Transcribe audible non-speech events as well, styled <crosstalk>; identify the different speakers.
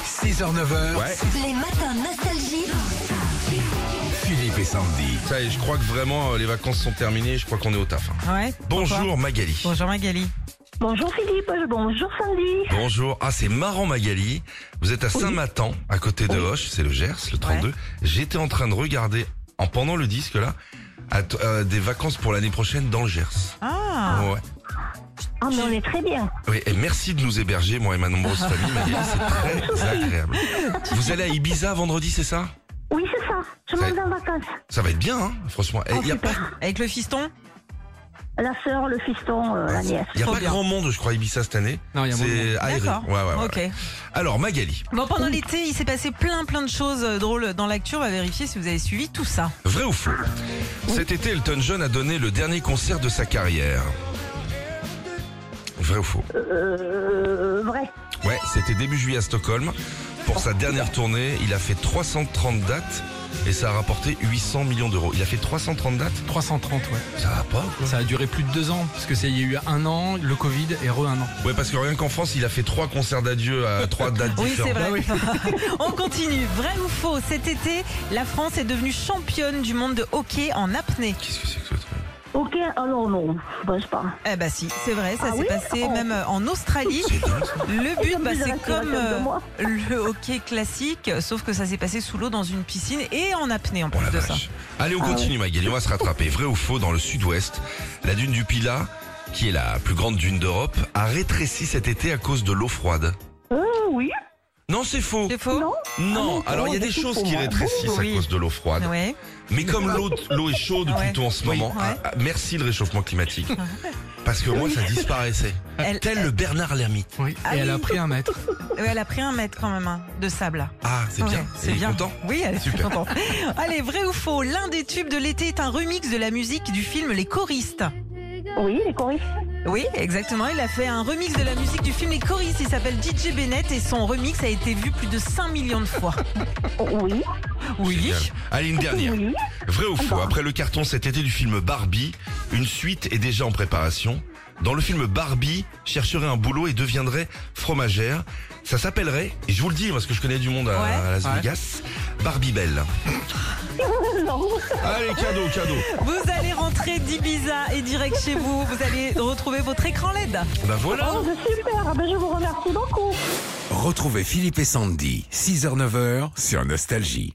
Speaker 1: 6h-9h,
Speaker 2: Ouais.
Speaker 3: Les matins nostalgie.
Speaker 1: Philippe et Sandy.
Speaker 2: Ça y est, je crois que vraiment euh, les vacances sont terminées, je crois qu'on est au taf. hein.
Speaker 4: Ah Ouais.
Speaker 2: Bonjour
Speaker 4: pourquoi
Speaker 2: Magali.
Speaker 4: Bonjour Magali.
Speaker 5: Bonjour Philippe, bonjour Sandy.
Speaker 2: Bonjour. Ah, c'est marrant Magali. Vous êtes à Saint-Matan, à côté de Hoche, c'est le Gers, le 32. J'étais en train de regarder, en pendant le disque là, à t- euh, des vacances pour l'année prochaine dans le Gers.
Speaker 4: Ah.
Speaker 2: Ouais.
Speaker 5: Ah, mais on est très bien.
Speaker 2: Oui, et merci de nous héberger, moi et ma nombreuse famille, Magali, c'est très agréable. Vous allez à Ibiza vendredi, c'est ça
Speaker 5: Oui, c'est ça. Je m'en
Speaker 2: Ouais.
Speaker 5: vais en vacances.
Speaker 2: Ça va être bien, hein, franchement. Il
Speaker 5: Oh,
Speaker 2: n'y a pas,
Speaker 5: super.
Speaker 4: Avec le fiston
Speaker 5: La sœur, le fiston, euh, la nièce.
Speaker 2: y a
Speaker 4: Trop
Speaker 2: pas
Speaker 4: bien.
Speaker 2: grand monde, je crois, à Ibiza cette année.
Speaker 6: Non, il y a moins de
Speaker 2: C'est aéré.
Speaker 4: D'accord.
Speaker 2: Ouais, ouais, ouais.
Speaker 4: Ok.
Speaker 2: Alors, Magali,
Speaker 4: Bon, pendant l'été, il s'est passé plein plein de choses euh, drôles dans l'actu. On va vérifier si vous avez suivi tout ça.
Speaker 2: vrai ou faux Cet été, Elton John a donné le dernier concert de sa carrière. Vrai ou faux
Speaker 5: Euh, vrai.
Speaker 2: Ouais, c'était début juillet à Stockholm. Pour sa dernière tournée, il a fait 330 dates et ça a rapporté 800 millions d'euros. Il a fait 330 dates
Speaker 6: 330, ouais.
Speaker 2: Ça va pas ou quoi
Speaker 6: Ça a duré plus de deux ans, parce que c'est, il y a eu un an, le Covid et re un an.
Speaker 2: Ouais, parce que rien qu'en France, il a fait trois concerts d'adieu à trois dates
Speaker 4: Oui, c'est
Speaker 2: différentes.
Speaker 4: vrai. <laughs> On continue. Vrai ou faux Cet été, la France est devenue championne du monde de hockey en apnée.
Speaker 2: Qu'est-ce que c'est que ce truc
Speaker 5: Ok, alors non, je pense pas.
Speaker 4: Eh bah si, c'est vrai. Ça
Speaker 5: Ah
Speaker 4: s'est
Speaker 5: oui
Speaker 4: passé
Speaker 5: Oh.
Speaker 4: même euh, en Australie.
Speaker 2: C'est dingue, ça.
Speaker 4: Le but,
Speaker 5: Comme
Speaker 4: bah,
Speaker 5: des
Speaker 4: c'est
Speaker 5: restaurations
Speaker 4: comme
Speaker 5: de
Speaker 4: euh,
Speaker 5: moi.
Speaker 4: le hockey classique, sauf que ça s'est passé sous l'eau dans une piscine et en apnée en
Speaker 2: Oh
Speaker 4: plus
Speaker 2: la
Speaker 4: de ça. Ah
Speaker 2: vache. Allez, on continue, Magali, on va se rattraper. Vrai ou faux, dans le sud-ouest, la dune du Pilat, qui est la plus grande dune d'Europe, a rétréci cet été à cause de l'eau froide.
Speaker 5: Euh, oui.
Speaker 2: Non, c'est faux.
Speaker 4: C'est Oh, faux
Speaker 5: Non.
Speaker 2: Non,
Speaker 5: Ah non,
Speaker 2: alors il y a
Speaker 5: c'est
Speaker 2: des
Speaker 5: faux
Speaker 2: choses
Speaker 5: pour
Speaker 2: qui
Speaker 5: moi.
Speaker 2: rétrécissent à
Speaker 4: Oui. Ah
Speaker 2: cause de l'eau froide.
Speaker 4: Ouais.
Speaker 2: Mais comme l'eau l'eau est chaude
Speaker 4: Ouais.
Speaker 2: plutôt en ce
Speaker 4: Oui.
Speaker 2: moment,
Speaker 4: Ouais. Ah
Speaker 2: ah, ah, merci le réchauffement climatique. Parce que moi, ça disparaissait.
Speaker 4: Elle-
Speaker 2: Tel le Bernard l'ermite.
Speaker 6: Oui.
Speaker 4: Ah
Speaker 6: et elle a
Speaker 4: oui.
Speaker 6: pris un mètre.
Speaker 4: Ouais, elle a pris un mètre quand même hein, de sable. là.
Speaker 2: Ah, c'est
Speaker 4: Ouais,
Speaker 2: bien.
Speaker 4: C'est
Speaker 2: Et
Speaker 4: bien.
Speaker 2: content
Speaker 4: Oui, elle est <laughs>
Speaker 2: Super.
Speaker 4: contente. Allez, vrai ou faux L'un des tubes de l'été est un remix de la musique du film Les Choristes.
Speaker 5: Oui, les choristes.
Speaker 4: Oui, exactement. Il a fait un remix de la musique du film Les Choristes. Il s'appelle DJ Bennett et son remix a été vu plus de 5 millions de
Speaker 2: <laughs>
Speaker 4: fois.
Speaker 5: Oh, Oui.
Speaker 4: Oui.
Speaker 2: Génial. Allez, une dernière.
Speaker 5: Oui.
Speaker 2: Vrai ou faux
Speaker 5: Encore.
Speaker 2: Après le carton cet été du film Barbie, une suite est déjà en préparation. Dans le film Barbie, chercherait un boulot et deviendrait fromagère. Ça s'appellerait, et je vous le dis parce que je connais du monde à,
Speaker 4: Ouais.
Speaker 2: à Las
Speaker 6: Ouais.
Speaker 2: Vegas, Barbie Belle.
Speaker 5: Non.
Speaker 2: Allez, cadeau, cadeau.
Speaker 4: Vous allez rentrer d'Ibiza et direct chez vous. Vous allez retrouver votre écran E LED.
Speaker 2: Bah voilà.
Speaker 5: Oh, c'est super. Ah ben, je vous remercie beaucoup.
Speaker 1: Retrouvez Philippe et Sandy, 6h-9h sur Nostalgie.